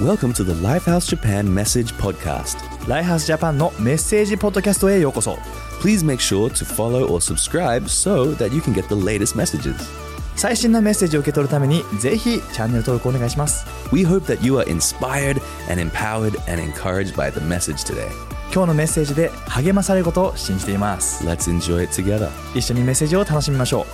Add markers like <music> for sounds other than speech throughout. Welcome to the Lifehouse Japan Message Podcast. ライハースジャパンのメッセージポッドキャストへようこそ Please make sure to follow or subscribe so that you can get the latest messages. 最新のメッセージを受け取るためにぜひチャンネル登録お願いします We hope that you are inspired and empowered and encouraged by the message today. 今日のメッセージで励まされることを信じています Let's enjoy it together. 一緒にメッセージを楽しみましょ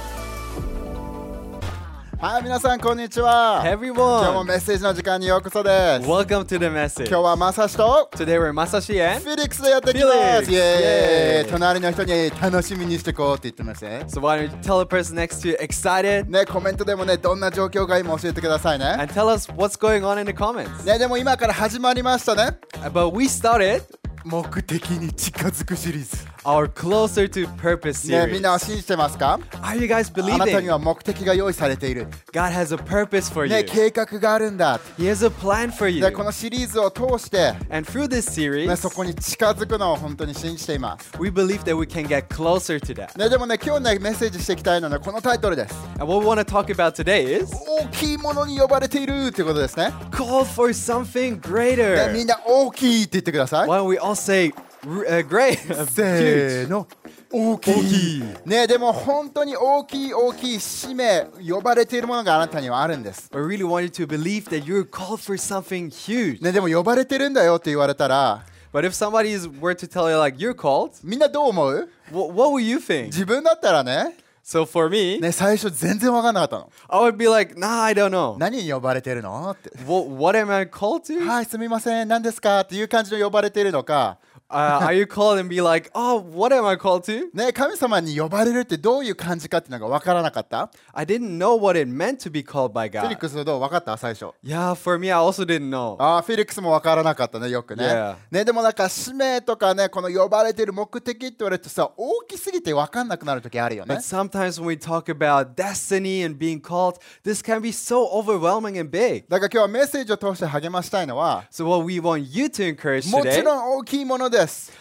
はい、皆さん、こんにちは。 Hey 今日も everyone! メッセージの時間にようこそです。今 Welcome to the message. 日はマサシと Today we're Masashi フ and ィリックスでやってきます。フィリックスイエーイイエーイ隣の人に楽しみにしてこうって言ってましたね。 so why don't you tell the person next to you excited ね、コメントでもね、どんな状況が今教えてくださいね。 and tell us what's going on in the comments. Uh, ね、でも今から始まりましたね。 But we started 目的に近づくシリー our Closer to Purpose ズ。ね、み series. んなは信じてますか Are you guys あなたに believing は目的が用意されている。 God has a purpose for ね、 you? 計画があるんだ。 He has a plan for で、こ you. のシリーズを通して、 And through this ね、 series, そこに近づくのを本当に信じています。 we believe that we can get closer to that. ね、でもね、今日ね、メッセージしていきたいのはね、このタイトルです。 And what we want to talk about today is 大きいものに呼ばれているってことですね。 call for something でみ greater. んな大きいって言ってください。 Why don't we all say r- uh, great? <laughs> ーの。大きいねでも本当に大きい大きい使命呼ばれているものがあなたにはあるんです I really want you to believe that you're called for something huge. ねでも呼ばれてるんだよって言われたら But if somebody is- were to tell you like you're called, みんなどう思う wh- what would you think? 自分だったらね So for me, ね最初全然分かんなかったの I would be like, nah, I don't know. 何に呼ばれてるのって Wh- what am I called to? Uh, はいすみません何ですかっていう感じの呼ばれているのか are you called and be like, oh, what am I called to? ね神様に呼ばれるってどういう感じかっていうのが分からなかった I didn't know what it meant to be called by フィリッ God. クスどう分かった最初 Yeah, for me, I also didn't know. ああフィリックスも分からなかったねよくね。 Yeah. ねでもなんか使命とかねこの呼ばれてる目的って言われるとさ大きすぎて分かんなくなる時あるよね But。sometimes when we talk about destiny and being called, this can be so overwhelming and big. だから今日はメッセージを通して励ましたいのは So what we want you to encourage もち today, ろん大きいものです。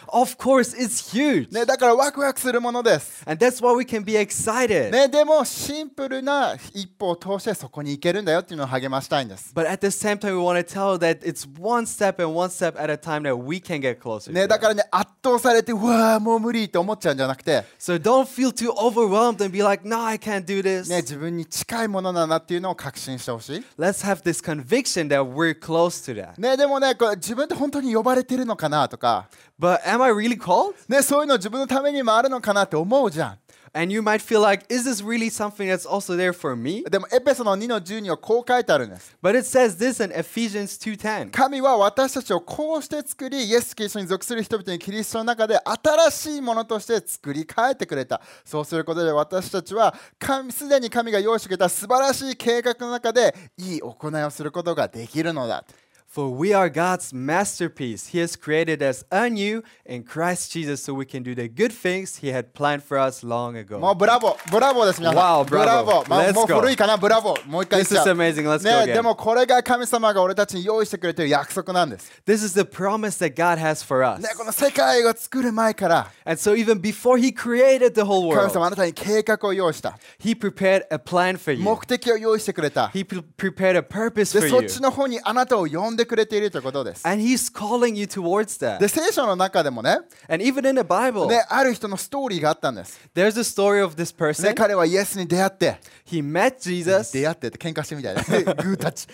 of course, it's huge. ねだからワクワクするものです。 And that's why we can be excited. ねでもシンプルな一歩を通してそこに行けるんだよっていうのを励ましたいんです。 But at the same time, we want to tell that it's one step and one step at a time that we can get closer. ね to だ that. からね圧倒されてうわーもう無理って思っちゃうんじゃなくて。 So don't feel too overwhelmed and be like, no, I can't do this. ね、自分に近いものだなっていうのを確信してほしい。 Let's have this conviction that we're close to that. ね、でもね、これ自分って本当に呼ばれてるのかなとか、 But am I really called? ね、そういうの自分のためにもあるのかなって思うじゃ And you might feel like, is this really something that's also there for me? ん。でも、エペソの2の10にはこう書いてあるんです。 But it says this in Ephesians 2.10. 神は私たちをこうして作り、イエス・キリストに属する人々にキリストの中で新しいものとして作り変えてくれた。そうすることで私たちは神、すでに神が用意してくれた素晴らしい計画の中でいい行いをすることができるのだ。 For we are God's masterpiece. He has created us anew in Christ Jesus so we can do the good things he had planned for us long ago. もうブラボー、ブラボーです、皆さん。 Wow, ブラボ bravo. ー、まあ Let's もう go. 古いかな、ブラボー。もう一回言っちゃう This is amazing. Let's go again. ね、でもこれが神様が俺たちに用意してくれてる約束なんです。 This is the promise that God has for us. ね、この世界を作る前から、 And so even before he created the whole 神様 world, あなたに計画を用意した。 he prepared a plan for you. 目的を用意してくれた。 He pre- prepared a purpose for で、そっ you. ちの方にあなたを呼んでくれているということです。 And he's calling you towards で、 that. 聖書の中でもね、 And even in the Bible, ね、ある人のストーリーがあったんです。 there's a story of this ね、 person. 彼はイエスに出会って、 He met Jesus 出会ってって喧嘩してみたいな <laughs> グータッチ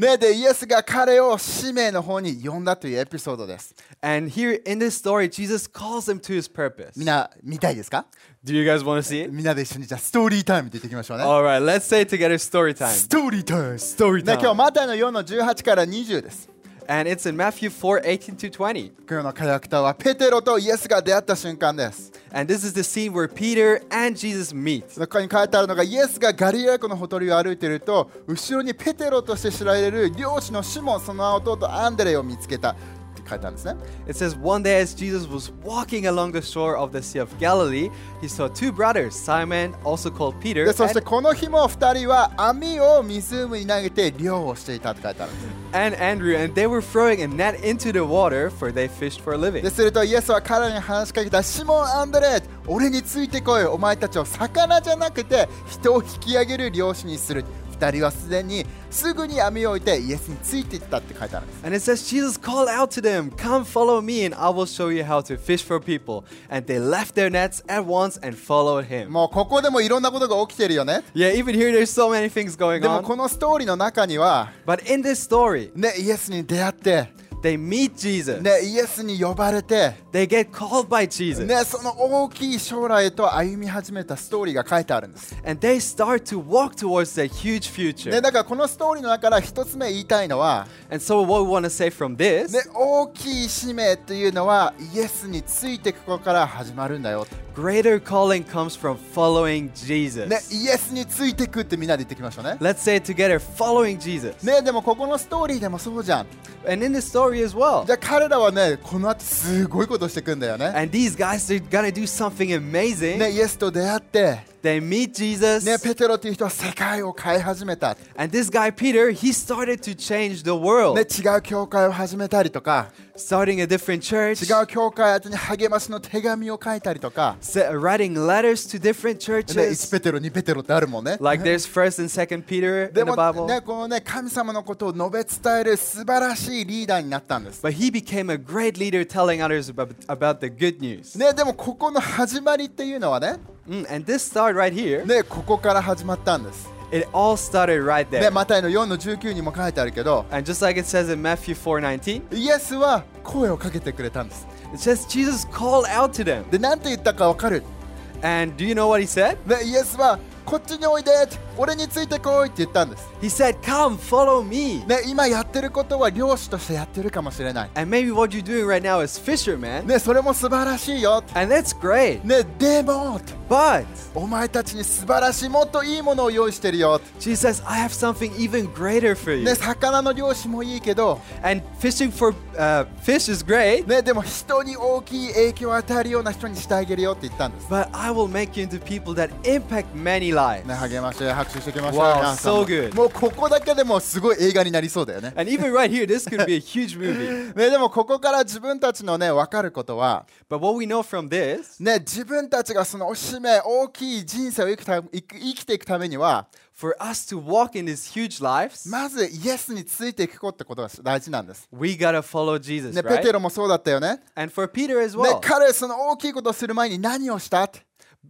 ねでイエスが彼を使命の方に呼んだというエピソードです and here in this story Jesus calls him to his purpose. みんな見たいですか Do you guys want to see it? みんなで一緒にじゃあストーリータイムって言っていきましょうね All right, let's say it together story time. ストーリータイムストーリータイムね今日マタイの4の18から20です And it's in Matthew 4, 18 to 20. 今日のキャラクターはペテロとイエスが出会った瞬間です And this is the scene where Peter and Jesus meet. そこに書いてあるのがイエスがガリラ湖のほとりを歩いていると後ろにペテロとして知られる漁師のシモンその弟アンデレを見つけたって書いてあるんですね It says, One day as Jesus was walking along the shore of the Sea of Galilee, he saw two brothers, Simon, also called Peter, でそして and, この日も2人は網を湖に投げて漁をしていたって書いてあるんです and Andrew, and they were throwing a net into the water, for they fished for a で living. するとイエスは彼らに話しかけたシモン・アンドレ俺についてこいお前たちを魚じゃなくて人を引き上げる漁師にする2二人はすでにすぐに網を置いてイエスについていったって書いてあるんです And it says Jesus called out to them, Come follow me, and I will show you how to fish for people. And they left their nets at once and followed him. もうここでもいろんなことが起きてるよね Yeah, even here, there's so many things going でもこ on. のストーリーの中には But in this story, ねイエスに出会って、 they meet Jesus. ね、イエスに呼ばれて They get called by Jesus. ね、その大きい将来へと歩み始めたストーリーが書いてあるんです。 And they start to walk towards that huge ね、 future. だからこのストーリーの中から一つ目言いたいのは、 And so, what we want to say from ね this、大きい使命というのはイエスについていくことから始まるんだよ。 greater calling comes from following ね、 Jesus. イエスについていくってみんなで言ってきましょうね。 Let's say it together following Jesus. ね、でもここのストーリーでもそうじゃん。 And in the story as well. じゃあ彼らはね、この後すごいことしていくんだよね。 And these guys, they're gonna do something amazing. ね、イエスと出会って、 They meet Jesus. ね、ペテロという人は世界を変え始めた。 And this guy, Peter, he started to change the world, ね、違う教会を始めたりとか、 starting a different church, 違う教会宛てに励ましの手紙を書いたりとか。 se- writing letters to different ね、1 churches. ペテロ、2ペテロってあるもんね。 Like there's 1st and 2nd Peter で in the も Bible. ね、このね、神様のことを述べ伝える素晴らしいリーダーになったんです。 But he became a great leader telling others about, about the good news. ね、でもここの始まりっていうのはね、 Mm, and this start right here, ね、ここから始まったんです。 it all started right ね、 there. マタイの4の19にも書いてあるけど、 And just like it says in Matthew 4:19, イエスは声をかけてくれたんです。 it says Jesus called out to them. で、なんて言ったかわかる。 And do you know what he said? ね、イエスは、こっちにおいで俺についてこいって言ったんです。 He said, "Come, follow me." ね、今やってることは漁師としてやってるかもしれない。 And maybe what you're doing right now is fisherman. ね、それも素晴らしいよ。 And that's great. ね、でも、 But お前たちに素晴らしいもっといいものを用意してるよ。 Jesus says, I have something even greater for you. ね、魚の漁師もいいけど、 And fishing for uh, fish is great, ね、でも人に大きい影響を与えるような人にしてあげるよって言ったんです。 but I will make you into people that impact many lives. ね、励まして拍手してきましょう Wow, 皆さんも so good. もうここだけでもすごい映画になりそうだよね。 And even right here, this could be a huge movie. ね、でもここから自分たちのね、分かることは、 But what we know from this, ね、自分たちがそのお使命、大きい人生を生きた生き生きていくためには、 for us to walk in these huge lives, まずイエスについていくことってことが大事なんです。 we gotta follow Jesus, ね、ペ right? テロもそうだったよね。 And for Peter as ね well,、彼、その大きいことをする前に何をしたって、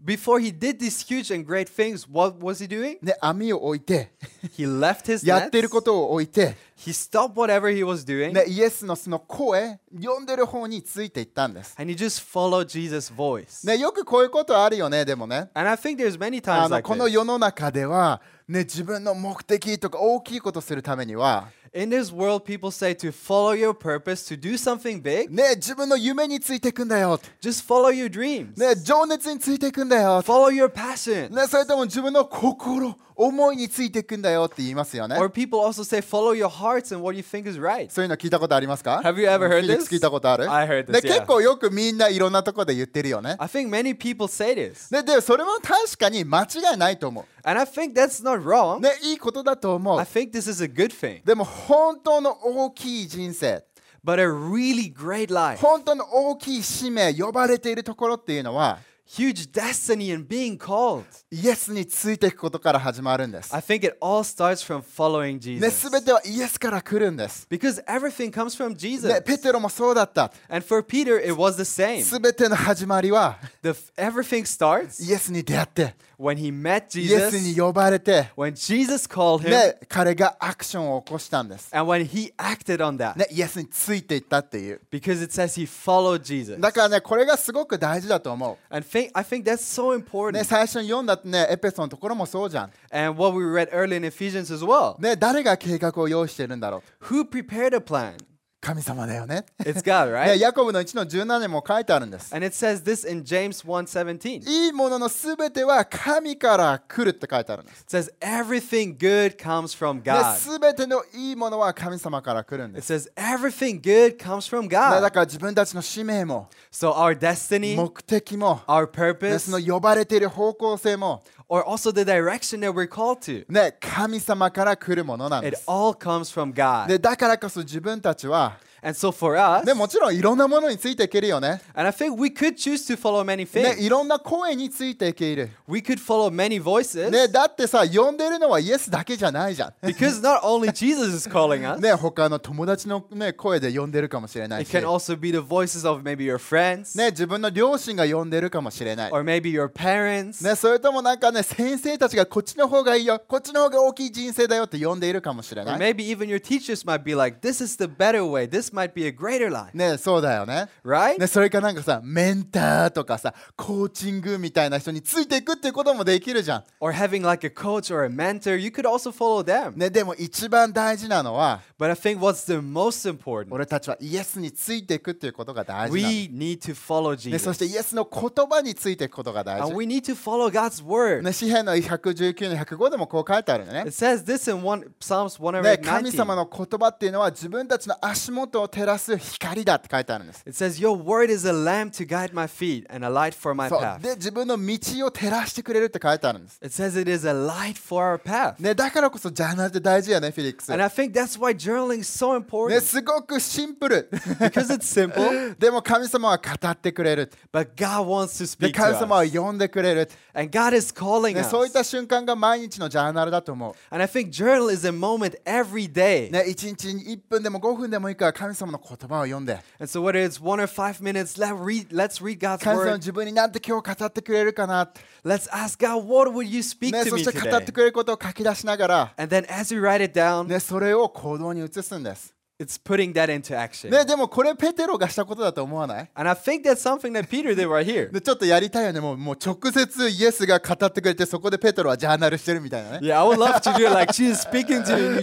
before he did these huge and great things, what was he doing? <laughs> ね、網を置いて、 He left his やっ nets. てることを置いて、 He stopped whatever he was doing, ね、イエスのその声、呼んでる方についていったんです。 and he just followed Jesus' voice. ね、よくこういうことあるよね、でもね。 And I think there's many あ times の like この this. 世の中では、ね、自分の目的とか大きいことするためには、 In this world, people say to follow your purpose, to do something big, ね、自分の夢についていくんだよ。 just follow your dreams, ね、情熱についていくんだよ。 follow your passion. ね、それとも自分の心、思いについていくんだよって言いますよね。 Or people also say follow your hearts and what you think is right. そういうの聞いたことありますか Have you ever heard フィリックス this? 聞いたことある I heard this, ね yeah. 結構よくみんないろんなところで言ってるよね。 I think many people say this, ね、で、それは確かに間違いないと思 and I think that's not う。 wrong. ね、いいことだと思 I う。 think this is a good thing. でも本当の大きい人生、 But a really great life, 本当の大きい使命、呼ばれているところっていうのは、 huge destiny, and being called, イエスについていくことから始まるんです。 I think it all starts from following ね、 Jesus. すべてはイエスから来るんです。 Because everything comes from ね Jesus.、ペテロもそうだった。 And for Peter, it was the same. すべての始まりは、 The, everything starts イエスに出会って、 when he met イエス Jesus. に呼ばれて、 When Jesus called him ね、彼がアクションを起こしたんです。 and when he acted on that, ね、イエスについていったっていう。 because it says he followed Jesus. だからね、これがすごく大事だと思 And think, I think that's so う。ね、 important. 最初に読んだね、エペソのところもそうじゃん。 And what we read earlier in Ephesians as well. ね、誰が計画を用意してるんだろう。 Who prepared a plan? 神様だよね。 It's God, ね、 right? ヤコブの1の17にも書いてあるんです。 And it says this in James 1:17. It いいもののすべては神から来るって書いてあるんです。 says everything good comes from ね God. すべてのいいものは神様から来るんで It す。 says everything good comes from ねだ God. から自分たちの使命も So our destiny, 目的も、 our ね purpose, その呼ばれている方向性も、 or also the direction that we're called to. ね、神様から来るものなん It です。 all comes from で God. だからこそ自分たちは、 And so <laughs> for us, ね、もちろんいろんなものについていけるよね。 and I think we could choose to follow many ね、 things. いろんな声についていける。 We could follow many ね、 voices だってさ、呼んでるのはイエスだけじゃないじゃ because not only Jesus is calling ん。 us, ね、他の友達の、ね、声で呼んでるかもしれない it し、 can ね、 also be the voices of maybe your friends 自分の両親が呼んでるかもしれない。 or maybe your parents ね、それともなんかね、先生たちがこっちの方がいいよ、こっちの方が大きい人生だよって呼んでいるかもしれ or ない。 maybe even your teachers might be like, this is the better way. This might be a greater life, ね、そうだよね。 right? ね、それかなんかさ、メンターとかさ、コーチングみたいな人についていくっていうこともできるじゃ Or having like a coach or a mentor, you could also follow them. ん。ね、でも一番大事なのは、 But I think what's the most important, 俺たちはイエスについていくっていうことが大事なんだ we need to follow ね、そし Jesus. てイエスの言葉についていくことが大 And 事。 we need to follow God's word. ね、詩篇の119の105でもこう書いてあるよね It。says this in one Psalms ね、神様 119. の言葉っていうのは自分たちの足元を照らす光だって書いてあるんです。 It says, Your word is a lamp to guide my feet and a light for my そう path. で自分の道を照らしてくれるって書いてあるんです。 It says it is a light for our path. ね、だからこそジャーナルって大事やね、フィリックス。 And ね、 I think that's why journaling is so important すごくシンプル。 because it's simple, <laughs> でも神様は語ってくれる。 but God wants to で speak to 神様は us. 呼んでくれる。 And God is calling ね、そういっ us. た瞬間が毎日のジャーナルだと思 And I think journal is a moment every day. う。ね、1日に1分でも5分でもいいから神様の言葉を読んで。 And so whether it's one or five minutes, let read, let's read God's 神様は word. 自分になんて今日語ってくれるかなって。 Let's ask God, what would you speak ね、 to そ me して語っ today? てくれることを書き出しながら、 And then as you write it down, ね、それを行動に移すんです。 it's putting that into action. ね、でもこれペテロがしたことだと思わない And I think that's something that Peter did right here. でちょっとやりたいよねもうもう直接イエスが語ってくれてそこでペテロはジャーナルしてるみたいなね。 Yeah, I would love to do it. Like she's speaking to you,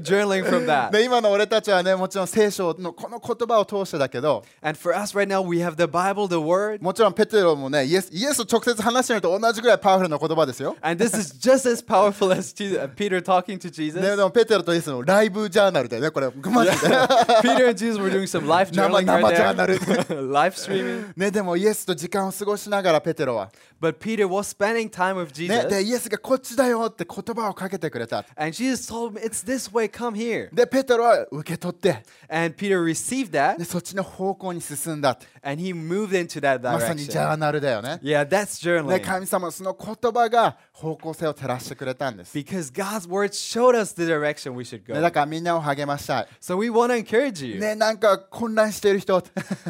<laughs> journaling from that. で今の俺たちはねもちろん聖書のこの言葉を通してだけど And for us right now, we have the Bible, the Word, もちろんペテロもねイエスイエスと直接話してるのと同じぐらいパワフルな言葉ですよ。 and this is just as powerful as Jesus, uh, Peter talking to ね、 <laughs> Jesus. でもペテロとイエスのライブジャーナルだよねこれマジで。 Peter and Jesus were doing some live Nama- journaling nama right there, <laughs> live streaming. ね、でもイエスと時間を過ごしながらペテロは。 But Peter was spending time with ね、で Jesus, イエスがこっちだよって言葉をかけてくれた。 and Jesus told him, "It's this way. Come here." でペテロは受け取って、 And Peter received that <laughs> でそっちの方向に進んだって。 and he moved into that まさにジャー direction. ナルだよね。 Yeah, that's ね、 journaling. 神様のその言葉が方向性を照らしてくれたんです。ね、 Because God's word showed us the direction we should だ go. からみんなを励ましたい。 So we want to encourage you. ね、なんか混乱している <laughs> 人、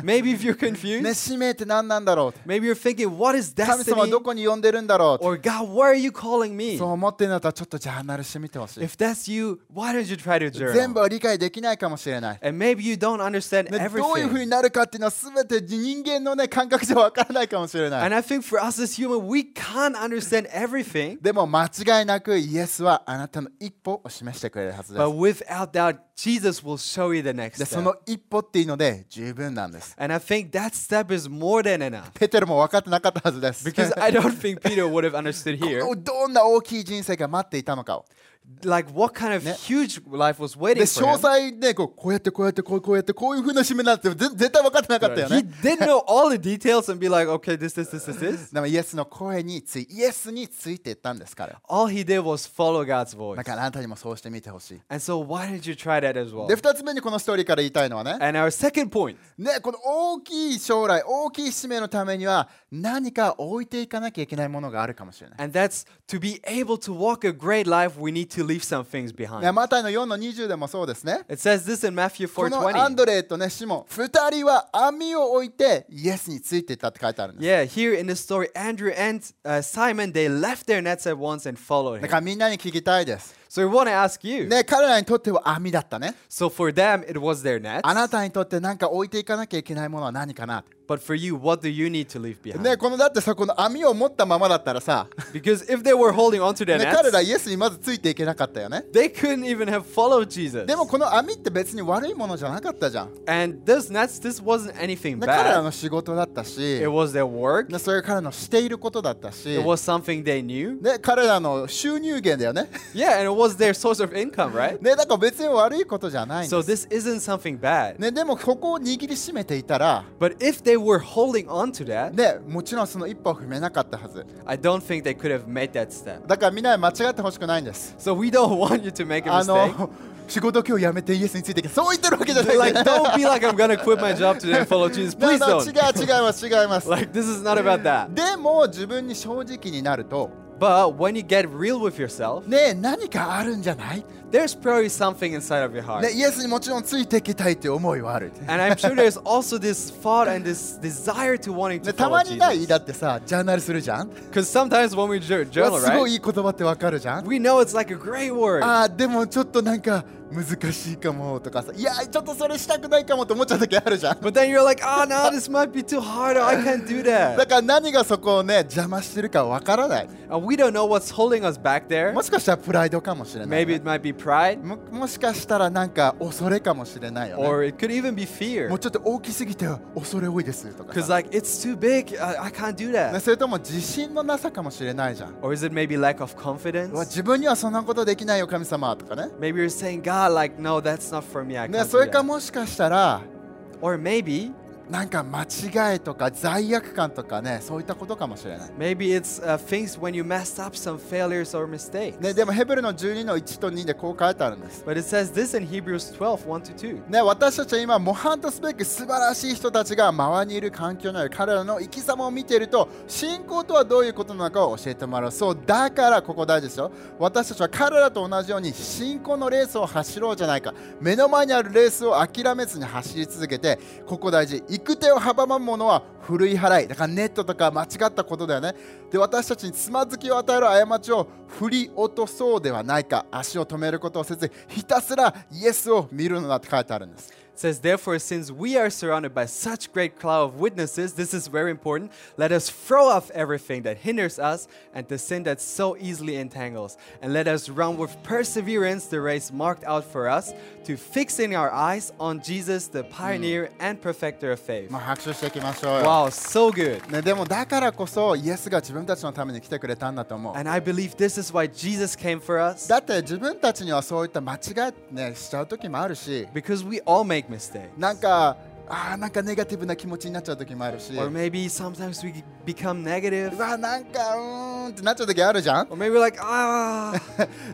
Maybe if you're ね、 confused, 使命って何なんだろう maybe you're thinking, what is 神様は destiny? どこに呼んでるんだろう Or God, why are you calling me? そう思ってるんだったらちょっとジャーナルしてみてほしい。 If that's you, why don't you try to 全部 journal? は理解できないかもしれない。 And maybe you don't understand ね、どういうふうに everything. なるかっていうのは全て人間の、ね、感覚じゃわからないかもしれない And。I think for us as human, we can't understand everything. でも間違いなくイエスはあなたの一歩を示してくれるはずで But す。 without doubt, Jesus will show you the next でそ step. の一歩っていうので十分なんです。 And I think that step is more than enough. ペテロも分かってなかったはずです。 <laughs> Because I don't think Peter would have understood here. どどんな大きい人生が待っていたのかを。Oh, like what kind of huge life was で、 waiting 詳 for him. 細ね、こうこうやってこうやってこうこうやってこういうふうな締めなんてぜ絶対分かってなかったよ He ね。 <laughs> didn't know all the details and be like, okay, this, this, this, this, this. でもイエスの声についイエスについていったんですから。 All he did was follow God's voice. だからあなたにもそうしてみてほしい。 And so why don't you try that as well? で、2つ目にこのストーリーから言いたいのはね、 And our second point ね、この大きい将来、大きい使命のためには何か置いていかなきゃいけないものがあるかもしれない。 and that's to be able to walk a great life, we need to leave some things ね behind. マタイの4の20でもそうですね。 It says this in Matthew このアン 4:20. ドレとね、シモン、2人は網を置いてイエスについていったって書いてあるんです。 Yeah, here in the story, Andrew and uh, Simon they left their nets at once and followed だか him. らみんなに聞きたいです。 So we want to ask you. ね、彼らにとっては網だったね。 So for them, it was their net. あなたにとって何か置いていかなきゃいけないものは何かな But for you, what do you need to leave behind? ね、このだってさ、この網を持ったままだったらさ、 Because if they were holding onto their ね、彼 nets, らイエスにまずついていけなかったよね。 they couldn't even have followed Jesus. でもこの網って別に悪いものじゃなかったじゃん。ね、 And this nets, this wasn't anything 彼ら bad. の仕事だったし、 It was their work. ね、それからのしていることだったし、 It was something they knew. ね、彼らの収入源だよね。 <laughs> Yeah, and it was their source of income, right? ね、だから別に悪いことじゃないん So です。 this isn't something bad. ね、でもここを握りしめていたら、 But if they were holding on to that, ね、もちろんその一歩を踏めなかったはず。 I don't think they could have made that step. だからみんな間違ってほしくないんです。 So we don't <laughs> want you to make a あ mistake. の、 <laughs> 仕事今日辞めてイエスについていけそう言ってるわけじゃない <laughs> like, don't be like, I'm gonna quit my job today and follow <laughs> Jesus. な Please な違う don't. 違います違います。 Like, this is not about that. でも自分に正直になると、 But when you get real with yourself, ねえ何かあるんじゃない、 there's probably something inside of your heart. ね、イエスにもちろんついていきたいという思いはある。 And I'm sure there's also this thought and this desire to wanting ね、 to た follow まにない Jesus. だってさ、ジャーナルするじゃん Because sometimes when we jour- わ journal, すご right? いいい言葉ってわかるじゃん We know it's like a great word. あーでもちょっとなんか難しいかもとかさいやーちょっとそれしたくないかもって思っちゃう時あるじゃん But then you're like, oh no, this might be too hard. or I can't do だ that. から何がそこをね邪魔してるかわからない And we don't know what's holding us back there. もしかしたらプライドかもしれない、 Maybe ね、 it might be pride, ももしかしたらなんか恐れかもしれないよ、ね、 or it could even be fear. もうちょっと大きすぎて恐れ多いですとか Because, さ、 like, it's too big. I, I can't do ね、 that. それとも自信のなさかもしれないじゃん Or is it maybe lack of うわ confidence? 自分にはそんなことできないよ神様とかね Maybe you're saying, God, like, no, that's not for me. I ね can't そ do れか that. もしかしたら Or maybe, なんか間違いとか罪悪感とかねそういったことかもしれない maybe it's uh, things when you messed up some failures or mistakes. ね、でもヘブルの12の1と2でこう書いてあるんです。 But it says this in Hebrews 12 1 to 2. ね、私たちは今、模範とすべき素晴らしい人たちが周りにいる環境にある彼らの生き様を見ていると、信仰とはどういうことなのかを教えてもらう。そう、だからここ大事ですよ。私たちは彼らと同じように信仰のレースを走ろうじゃないか。目の前にあるレースを諦めずに走り続けて、ここ大事。行く手を阻むものは古い払い。だからネットとか間違ったことだよね。で、私たちにつまずきを与える過ちを振り落とそうではないか。足を止めることをせず、ひたすらイエスを見るのだって書いてあるんです。 It says, Therefore, since we are surrounded by such great cloud of witnesses, this is very important. Let us throw off everything that hinders us and the sin that so easily entangles. And let us run with perseverance the race marked out for us, to fixing our eyes on Jesus, the pioneer and perfecter of faith. まあ、拍手していきましょうよ。 Wow, so good. ね、でもだからこそイエスが自分たちのために来てくれたんだと思う。 And I believe this is why Jesus came for us. だって自分たちにはそういった間違い、ね、しちゃう時もあるし、 Because we all make mistakes. なんかあーなんかネガティブな気持ちになっちゃう時もあるし、 Or う maybe sometimes we become negative. わなんかうーんってなっちゃう時あるじゃん Or maybe we're like, <laughs> ah.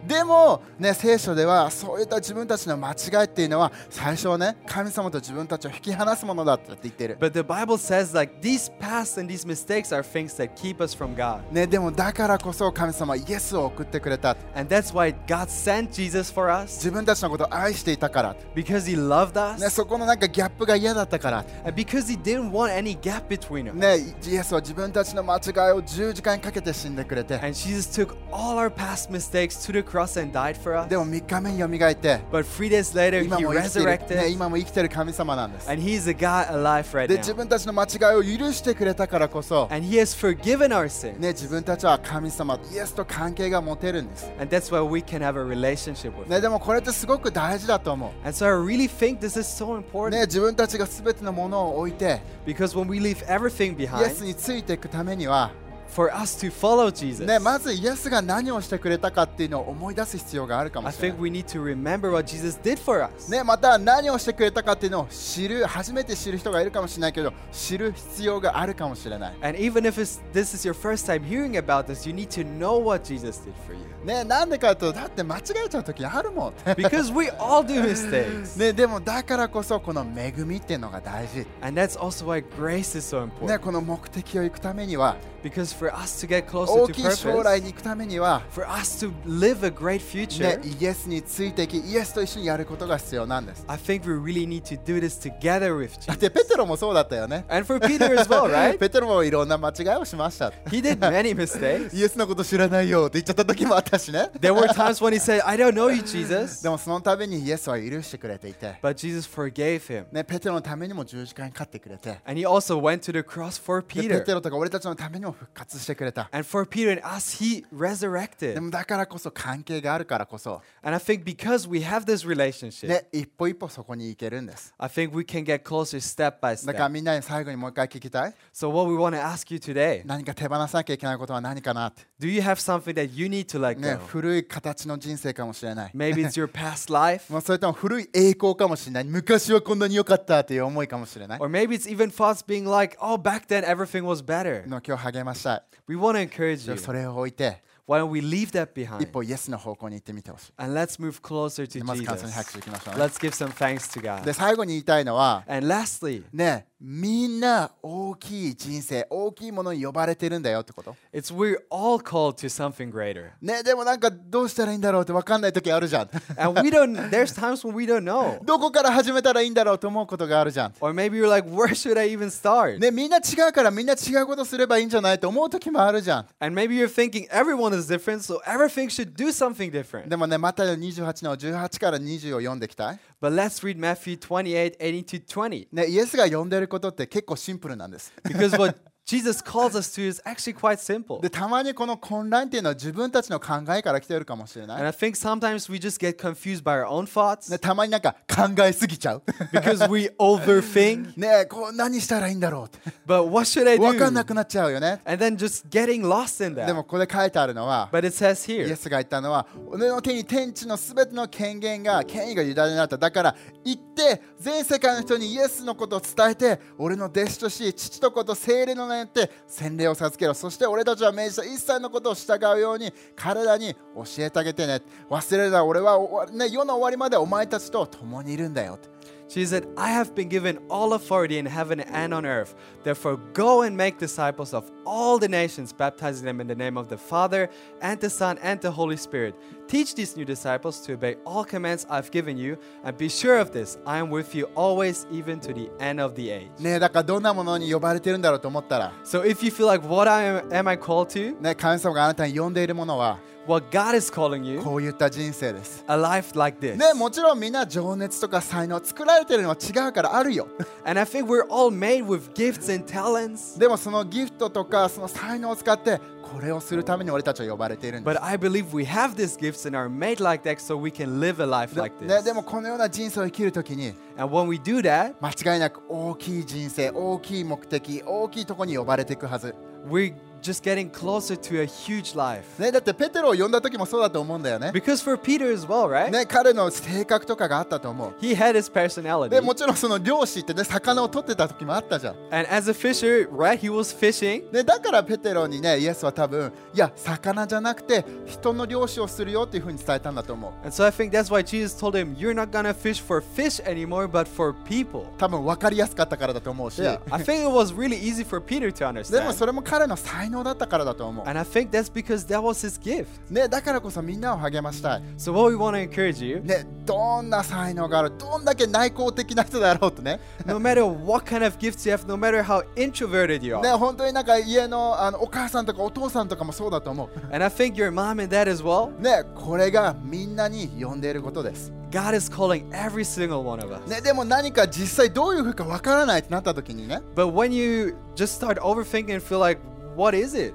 でも、ね、聖書ではそういった自分たちの間違いっていうのは最初はね神様と自分たちを引き離すものだって言ってる。 But the Bible says like these pasts and these mistakes are things that keep us from God. ね、でもだからこそ神様はイエスを送ってくれた And that's why God sent Jesus for us 自分たちのことを愛していたから、 because he loved ね、 us そこのなんかギャップが嫌だったから and because he didn't want any gap between us. ね、イエスは自分たちの間違いを十時間かけて死んでくれて And Jesus took all our past mistakes to the cross and died for us. でも3日目によみがえって But three days later, 今 he も生きてる、ね、 resurrected 今も生きてる神様なんです and he's a God alive right で自 now. 分たちの間違いを許してくれたからこそ、 And he has forgiven our sin. ね、自分たちは神様イエスと関係が持てるんです、 And that's why we can have a relationship with him. ね、でもこれってすごく大事だと思 And so I really think this is so う、ね、 important 自分たちが全てのものを置いて because when we leave everything イエス behind についていくためには、 for us to follow Jesus. ね、まずイエスが何をしてくれたかっていうのを思い出す必要があるか I もしれ think ない we need to remember what Jesus did for us. ね、また何をしてくれたかっていうのを知る初めて知る人がいるかもしれないけど知る必要があるかもしれない、 And even if it's, this is your first time hearing about this, you need to know what Jesus did for you. ね、なんでかというとだって間違えちゃう時あるもん Because we all do mistakes. <laughs> ね、でもだからこそこの恵みっていうのが大事、 And that's also why grace is so ね、 important. この目的を行くためには Because for us to get closer 大 to きい将来 purpose, に行くためには、 for us to live a great ね future,、イエスについていきイエスと一緒にやることが必要なんです I think we really need to do this together with だっ Jesus. てペテロもそうだったよね And for Peter as well, <laughs> right? ペテロもいろんな間違いをしました <laughs> He did many mistakes. イエスのこと知らないよって言っちゃった時もあったし <laughs> ね There were times when he said, I don't know you, Jesus. でもその度にイエスは許してくれていて But Jesus forgave him. ね、ペテロのためにも十字架に勝ってくれて、 And he also went to the cross for でペ Peter. テロとか俺たちのためにも復活発してくれた And for Peter and us, he で resurrected. もだからこそ関係があるからこそ And I think because we have this relationship, ね一歩一歩そこに行けるんです I think we can get closer step by だから step. みんなに最後にもう一回聞きたい So, what we want to ask you today 何か手放さなきゃいけないことは何かなって do you have something that you need to let ね go? 古い形の人生かもしれない Maybe it's your <laughs> past <laughs> life, もうそれとも古い栄光かもしれない昔はこんなに良かったっていう思いかもしれない or maybe it's even thoughts being like, oh, back then everything was better. の今日励ましたい We want to encourage じゃ you. あそれを置いて Why don't we leave that 一 behind 歩イエスの方向に行ってみてほしい and let's move closer to でまず感想に Jesus? 拍手いきましょう、ね、 Let's give some thanks to で God. 最後に言いたいのは And lastly, ねみんな大きい人生大きいものに呼ばれてるんだよってこと it's we're all called to something greater. ねでもなんかどうしたらいいんだろうって分かんない時あるじゃん And we don't, <laughs> there's times when we don't know. <laughs> どこから始めたらいいんだろうと思うことがあるじゃん Or maybe you're like, where should I even start? ねみんな違うからみんな違うことすればいいんじゃないと思う時もあるじゃん And maybe you're thinking everyone is different, so everything should do something different. でもねまた28の18から20を読んできたい But let's read Matthew 28 18 to 20. ねイエスが呼んでることって結構シンプルなんです Because what Jesus calls us to is actually quite simple. <laughs> でたまにこの混乱っていうのは自分たちの考えから来てるかもしれない And I think sometimes we just get confused by our own thoughts ね、たまになんか考えすぎ <laughs> ちゃう。 because we <laughs> overthink. ねこう何したらいいんだろうって。 But what should I 分かんな do? くなっちゃうよね。 And then just getting lost in でもこ that. こで書いてあるのは、 But it says イエ here, スが言ったのは、俺の手に天地のすべての権限が、権威が委ねられた。だから行って、全世界の人にイエスのことを伝えて、俺の弟子とし、父と子と聖霊の名によって洗礼を授けろ。そして俺たちは命じた一切のことを従うように、彼らに教えてあげてね。忘れるな、俺は終わ、ね、世の終わりまでお前たちと共にいるんだよって。 she said, I have been given all authority in heaven and on earth. Therefore, go and make disciples of all the nations, baptizing them in the name of the Father, and the Son, and the Holy Spirit. Teach these new disciples to obey all commands I've given you, and be sure of this I am with you always, even to the end of the age. ねだからどんなものに呼ばれてるんだろうと思ったら、 So if you feel like what I am, am I called to? ね、神様があなたに呼んでいるものは What God is calling you? こういった人生です。 A life like this. ね、もちろんみんな情熱とか才能作られてるのは違うからあるよ。 <laughs> And I think we're all made with gifts and talents. でもそのギフトとかその才能を使ってこれをするために俺たちは呼ばれているんで But I believe we have these gifts and are made like that so we can live a life す。 like ね、 this. でもこのような人生を生きるときに And when we do that, 間違いなく大きい人生、大きい目的、大きいとこに呼ばれていくはず。 we're just getting closer to a huge life. ね、だってペテロを呼んだ時もそうだと思うんだよね。 Because for Peter as well, right? ね、彼の性格とかがあったと思う。 He had his personality. でもちろんその漁師ってね魚を取ってた時もあったじゃん。 And as a fisher, right, he was fishing. でだからペテロにねイエスは多分いや魚じゃなくて人の漁師をするよっていうふうに伝えたんだと思う And so I think that's why Jesus told him, You're not gonna fish for fish anymore, but for people. 多分分かりやすかったからだと思うし Yeah, I think it was really easy for Peter to でも understand. それも彼の才能だったからだと思 And I think that's because that was his gift. う、ね、だからこそみんなを励ましたい、 So what we want to encourage <laughs> you, ね、どんな才能があるどんだけ内向的な人だろうとね no matter what kind of gifts you have, no matter how introverted you ね are, 本当になんか家のあのお母さんとかお父さんとかもそうだと思 and I think your mom and dad as well, う、ね、これがみんなに呼んでいることです、 God is calling every single one of us. ね、でも何か実際どういうふうか分からないってなった時にね But when you just start overthinking and feel like, what is it?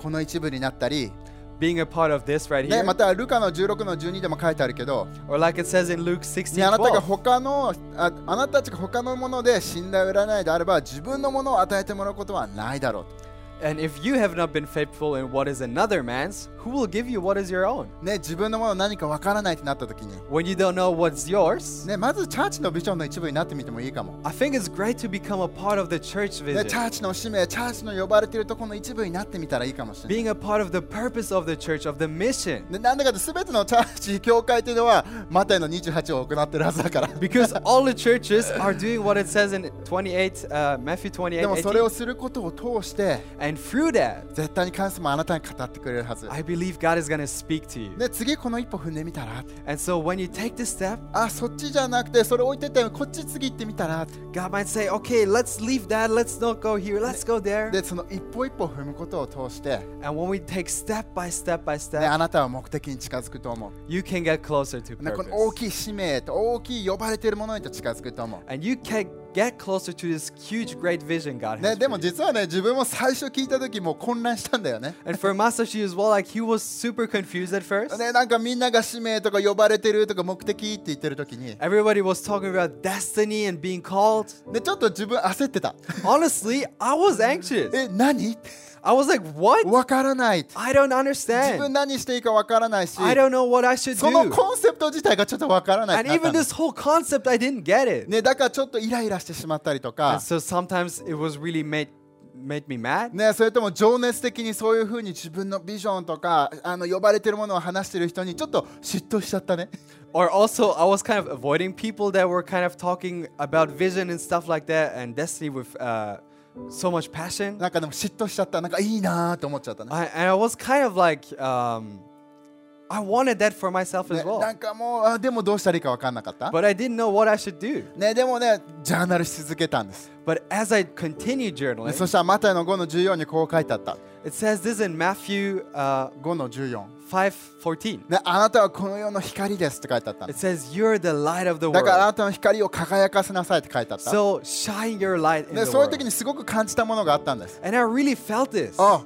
この一部になったり Being a part of this right ね、 here, またルカの16の12でも書いてあるけど、 or like it says in Luke 16, ね、あなたが 12, 他のああなたたちが他のもので信頼を得られないであれば自分のものを与えてもらうことはないだろう and if you have not been faithful in what is another man's, who will give you what is your own? と、ね、自分のもの何かわからないってなった時に、 When you don't know what's yours, ね、まずチャーチのビジョンの一部になってみてもいいかも、 I think it's great to become a part of the church ね、 vision. チャーチの使命チャーチの呼ばれているところの一部になってみたらいいかもしれない。 being a part of the purpose of the church, of the mission. ねなんだかって全てのチャーチ教会というのはマタイの28を行ってるはずだから Because all the churches are doing what it says in 28, uh, Matthew 28, でもそれを 18. することを通して And through that, 絶対に神様はあなたに語ってくれるはず、 I believe God is going to speak to you. ね、次この一歩踏んでみたら And so when you take this step, あそっちじゃなくてそれ置いててこっち次行ってみたら God might say, okay, let's leave that. Let's not go here. Let's go there. でその一歩一歩踏むことを通して、ね、 And when we take step by step by あ step, なたは目的に近づくと思 you can get closer to う、ね、この大 purpose. きい使命と大きい呼ばれているものへと近づくと思う And you can get closer to this huge, great vision God ね、 has. で for も you. 実はね自分も最初聞いた時もう混乱したんだよね And for Masashi as well, like he was super confused at first. ねなんかみんなが使命とか呼ばれてるとか目的って言ってる時に Everybody was talking about destiny and being called. でちょっと自分焦ってた <laughs> Honestly, I was anxious. え何 I was like, what? わからない I don't 自分 understand. 何していいかわからないし I don't know what I should その do. コンセプト自体がちょっとわからないって And なった even の this whole concept, I didn't get it. ねだからちょっとイライラしてしまったりとか And so sometimes it was really made made me mad. ね、それとも情熱的にそういうふうに自分のビジョンとかあの呼ばれてるものを話してる人にちょっと嫉妬しちゃったね。 <laughs> Or also I was kind of avoiding people that were kind of talking about vision and stuff like that and destiny with uh, so much passion. なんかでも嫉妬しちゃった。なんかいいなーと思っちゃったね。 I, and I was kind of like um, I wanted that for myself ね as な well. んかもうあでもどうしたらいいか分かんなかった。 But I didn't know what I should do. ね、でもねジャーナルし続けたんです。 But as I continued ね journaling, そしたらマタイの5の14にこう書いてあった。 it says this in Matthew uh, 5の14。 5:14. ね、あなたはこの世の光ですって書いてあったんで It す。 says you're the light of the だからあ world. なたの光を輝かせなさいって書いてあった。 So shine your light in ね、 the そういう時 world. にすごく感じたものがあったんです。 And I really felt this. あ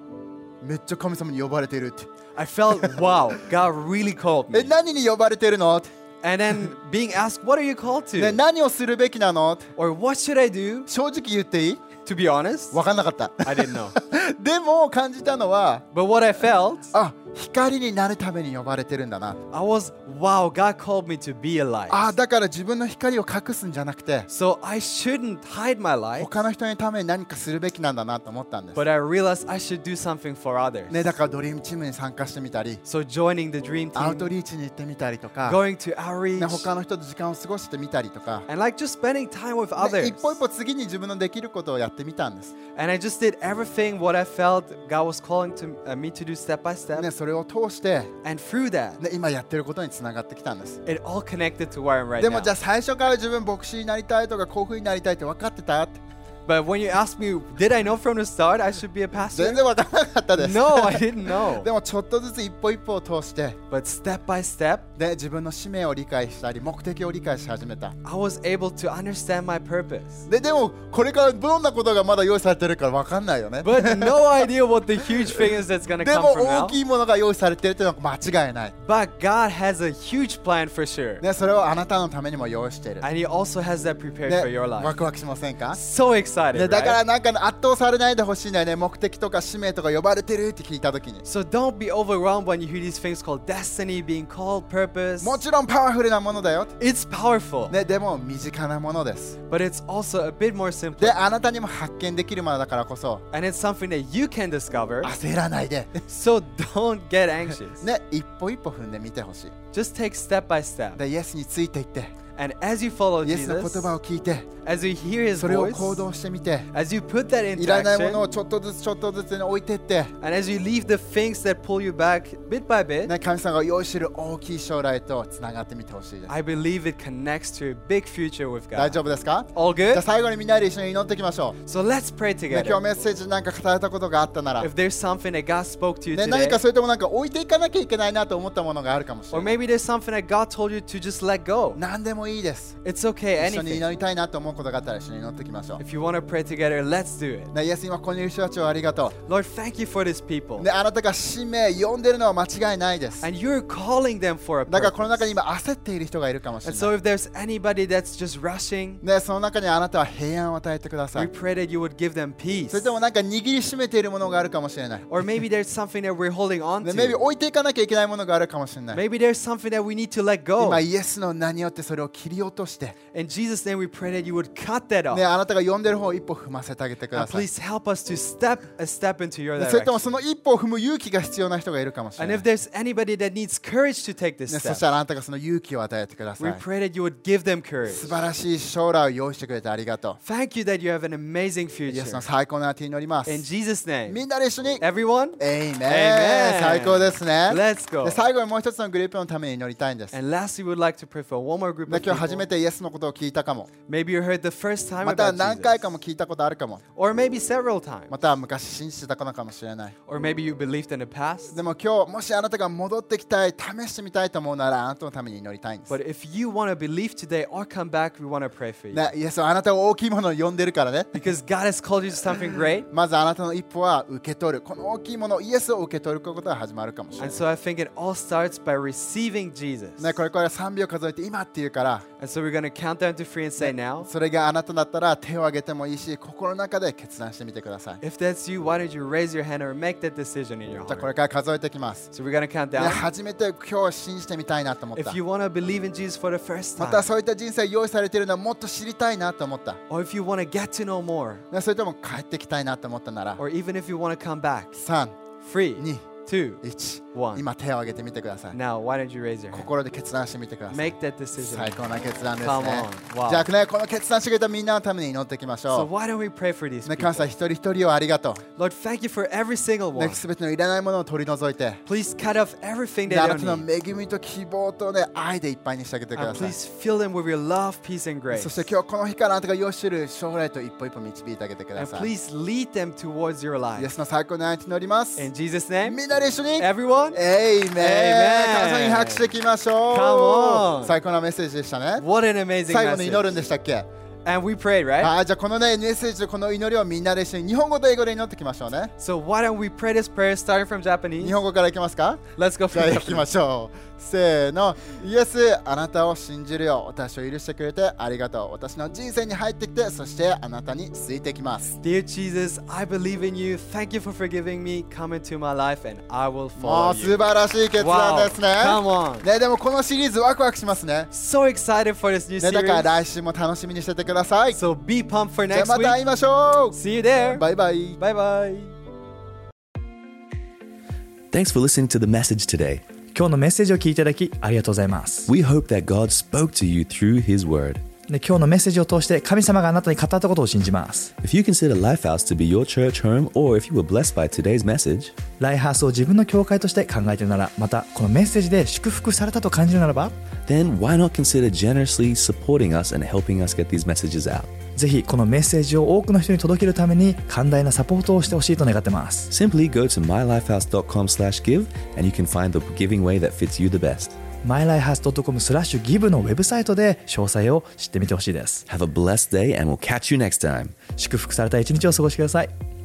めっちゃ神様に呼ばれてるって。 I felt, wow, God really called え me. 何に呼ばれてるのって And then being asked, what are you called ね、 to? 何をするべきなのって Or what should I do? 正直言っていい To be honest, 分かんなかった <laughs> I didn't know. <laughs> でも感じたのは But what I felt, あ光になるために呼ばれてるんだな I was, wow, God called me to be a あ light. だから自分の光を隠すんじゃなくて So I shouldn't hide my light, 他の人のために何かするべきなんだなと思ったんです but、I realized I should do something for others. ね、だからドリームチームに参加してみたり So joining the dream アウト team, リーチに行ってみたりとか、 going to ね、 outreach, 他の人と時間を過ごしてみたりとか、 and like just spending time with ね others. 一歩一歩次に自分のできることをやってみたんです、 And I just did everything what I felt God was calling to uh, me to do step by ね、 step. それを通して、 And through that, ね、今やってることにつながってきたんです it all connected to where I'm right でも now. じゃあ最初から自分牧師になりたいとかこういうふうになりたいって分かってた <laughs> って But when you ask me, did I know from the start I should be a 全 pastor? 然分からなかったです No, I didn't で <laughs> know. もちょっとずつ一歩一歩を通して But step by step, で自分の使命を理解したり目的を理解し始めた I was able to understand my purpose. ででもこれからどんなことがまだ用意されてるか分かんないよね But no idea what the huge thing is that's gonna で come も from 大 now. きいものが用意されてるっていうのは間違いない、 But God has a huge plan for sure. ね、それをあなたのためにも用意している、 And He also has that prepared ね for your ワ life. クワクしませんか、 So ね、 excited. だから Right? なんかね圧倒されないでほしいんだよね目的とか使命とか呼ばれてるって聞いた時に So don't be overwhelmed when you hear these things called destiny, being called purpose. もちろんパワフルなものだよ、 It's powerful, ね、でも身近なものです but it's also a bit more simple. であなたにも発見できるものだからこそ And it's something that you can discover. 焦らないで So don't get anxious. ね一歩一歩踏んでみてほしい Just take step by step. でイエスについていって And as you follow イエスの言 Jesus, 葉を聞いて as you hear his それを行 voice, 動してみて as you put that い into らないものを action, ちょっとずつちょっとずつに置いてって、 and as you leave the things that pull you back bit by bit, ね、神様が用意している大きい将来とつながってみてほしいです I believe it connects to a big future with 大丈 God. 夫ですか All じゃあ good? 最後にみんなで一緒に祈っていきましょう、 So let's pray ね、今日 together. メッセージなんか語られたことがあったなら、 If there's something that God spoke to you ね、何 today, かそれともなんか置いていかなきゃいけないなと思ったものがあるかもし or れない maybe there's something that God told you to just let go, 何でもいいです it's okay, 一緒に anything. 祈りたいなと思うことがあったら一緒に祈っていきましょう If you want to pray together, let's do it. ね、イエス今ここにいる人たちをありがと Lord, thank you for these people. う、ね、あなたが使命呼んでるのは間違いないです And you're calling them for a だからこの中 purpose. に今焦っている人がいるかもしれ And ない so if there's anybody that's just rushing, ね、その中にあなたは平安を与えてくださ we い。 pray that you would give them peace. それともなんか握りしめているものがあるかもしれない。 Or maybe there's something that we're holding on ね、maybe to. 置いていかなきゃいけないものがあるかもしれない。 Maybe there's something that we need to let 今、 go. イエスの名によってそれを切り落として、 In Jesus' name, we pray that you would cut that off. ね、あなたが呼んでる方を一歩踏ませてあげてく And ださい。 please help us to step a step into your ねそれとも direction. その一歩を踏む勇気が必要な人がいるかもしれ And ない。ね、if there's anybody that needs courage to take this そし step, たらあなたがその勇気を与えてくださ we い。 pray that you would give them courage. 素晴らしい将来を用意してくれてありがと Thank you that you have an amazing う。イエスの future. 最高の手に祈ります。 In Jesus' み name. んなで一緒に、 Everyone, エイメン Amen 最高ですね。 Let's go. で最後にもう一つのグループのために祈りたいんです。 And lastly, we would like to pray for one more group で of 今今 people. 日初めてイエスのことを聞いたかも Maybe you heard the first time また何回 about かも Jesus. 聞いたことあるかも Or maybe several times. また昔信じてたのかもしれない Or maybe you believed in the past. でも今日もしあなたが戻ってきたい試してみたいと思うならあなたのために祈りたいんです But if you want to believe today or come back, we want to pray for you. ね、イエスはあなたを大きいものを呼んでるからね Because God has called you to something great. まずあなたの一歩は受け取るこの大きいものイエスを受け取ることが始まるかもしれな And い so I think it all starts by receiving Jesus. ね、これから3秒数えて今っていうから And so we're going to count down to three and say now. それがあなただったら手を挙げてもいいし心の中で決断してみてくださいじ If that's you, why don't you raise your hand or make that decision in your ゃあこ heart? れから数えてきます、 So we're going to count ね、 down. 初めて今日信じてみたいなと思った If you want to believe in Jesus for the first また time, そういった人生用意されているのをもっと知りたいなと思った、 or if you want to get to know more, ね、それとも帰ってきたいなと思ったなら or even if you want to come back, 321 three, two, 1今手を挙げてみてください now why don't you raise your hand? 心で決断してみてください Make that decision. 最高な決断です Come ね on. Wow. じゃあねこの決断してくれたみんなのために祈っていきまし So ょ why don't we pray for う these ね感謝 people? 一人一人をありがと Lord, thank you for every single うね one. 全てのいらないものを取り除いて Please cut off everything であ they なた don't の need. 恵みと希望とね愛でいっぱいにしてあげてく And ださい please fill them with your love, peace, and そして grace. 今日この日からあなたが用意している将来と一歩一歩導いてあげてくだ And さいイ please lead them towards your エ life. スの最高の愛に祈りますみ In Jesus' name, んなで一緒に everyone, エイメン Amen 神様に拍手していきましょ Come う on 最高なメッセージでしたね what an amazing 最後に祈るん message. でしたっけ And we prayed, right? はいじゃあこのねメッセージとこの祈りをみんなで一緒に日本語と英語で祈っていきましょうね So why don't we pray this prayer starting from 日 Japanese? 本語からいきますか Let's go じ from ゃあ行き Japanese. ましょう。せーの、イエス、あなたを信じるよ。私を許してくれてありがとう。私の人生に入ってきて、そしてあなたについてきます。 Dear Jesus, I believe in you. Thank you for forgiving me. Come into my life and I will も follow う素 you. 晴らしい決断ですね。 Wow. Come on. ね、でもこのシリーズワクワクしますね。 So excited for this new ね、だから series. 来週も楽しみにしててください。じ So be pumped for ゃあ next また会い week. ましょ See you there. う。バイバイ。 Bye bye. Thanks for listening to the message today. 今日のメッセージを聞いていただきありがとうございます。 We hope that God spoke to you through His Word. で今日のメッセージを通して神様があなたに語ったことを信じます。 If you consider Lifehouse to be your church home, or if you were blessed by today's message, ライハースを自分の教会として考えているなら、またこのメッセージで祝福されたと感じるならば、 then why not consider generously supporting us and helping us get these messages out? ぜひこのメッセージを多くの人に届けるために寛大なサポートをしてほしいと願ってます。 Simply go to mylifehouse.com/give and you can find the giving way that fits you the best. mylifehouse.com スラッシュギブのウェブサイトで詳細を知ってみてほしいです。 Have a blessed day and we'll catch you next time. 祝福された一日を過ごしてください。